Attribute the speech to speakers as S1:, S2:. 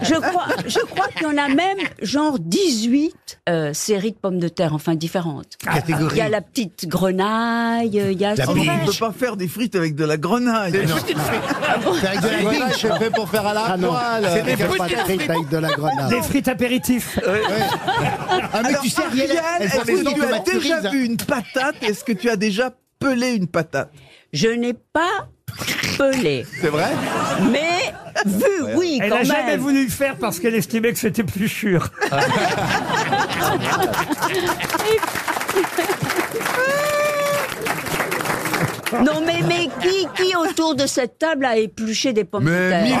S1: je crois, je crois qu'il y en a même genre 18 euh, séries de pommes de terre, enfin différentes.
S2: Catégorie.
S1: Il y a la petite grenaille, euh, il y a...
S2: La
S1: Oh,
S3: On
S2: biche.
S1: vache.
S3: ne peut pas faire des frites avec de la grenaille.
S2: C'est avec
S1: Ah,
S2: de la
S4: Voilà,
S2: biche.
S4: je fais pour faire à la poêle.
S2: C'est des
S4: Avec un
S2: petites
S4: pâte frite avec de la grenade.
S5: Des frites apéritifs.
S4: Ah, mais
S3: Alors,
S4: tu sais,
S3: Ariel,
S4: sont
S3: est-ce
S4: toutes
S3: que tu as
S4: automatisées,
S3: déjà
S4: hein.
S3: vu une patate Est-ce que tu as déjà pelé une patate
S1: Je n'ai pas pelé.
S3: C'est vrai
S1: Mais vu, oui,
S5: Elle
S1: quand
S5: n'a
S1: même.
S5: jamais voulu le faire parce qu'elle estimait que c'était plus sûr.
S1: Non, mais, mais qui, qui autour de cette table a épluché des pommes de terre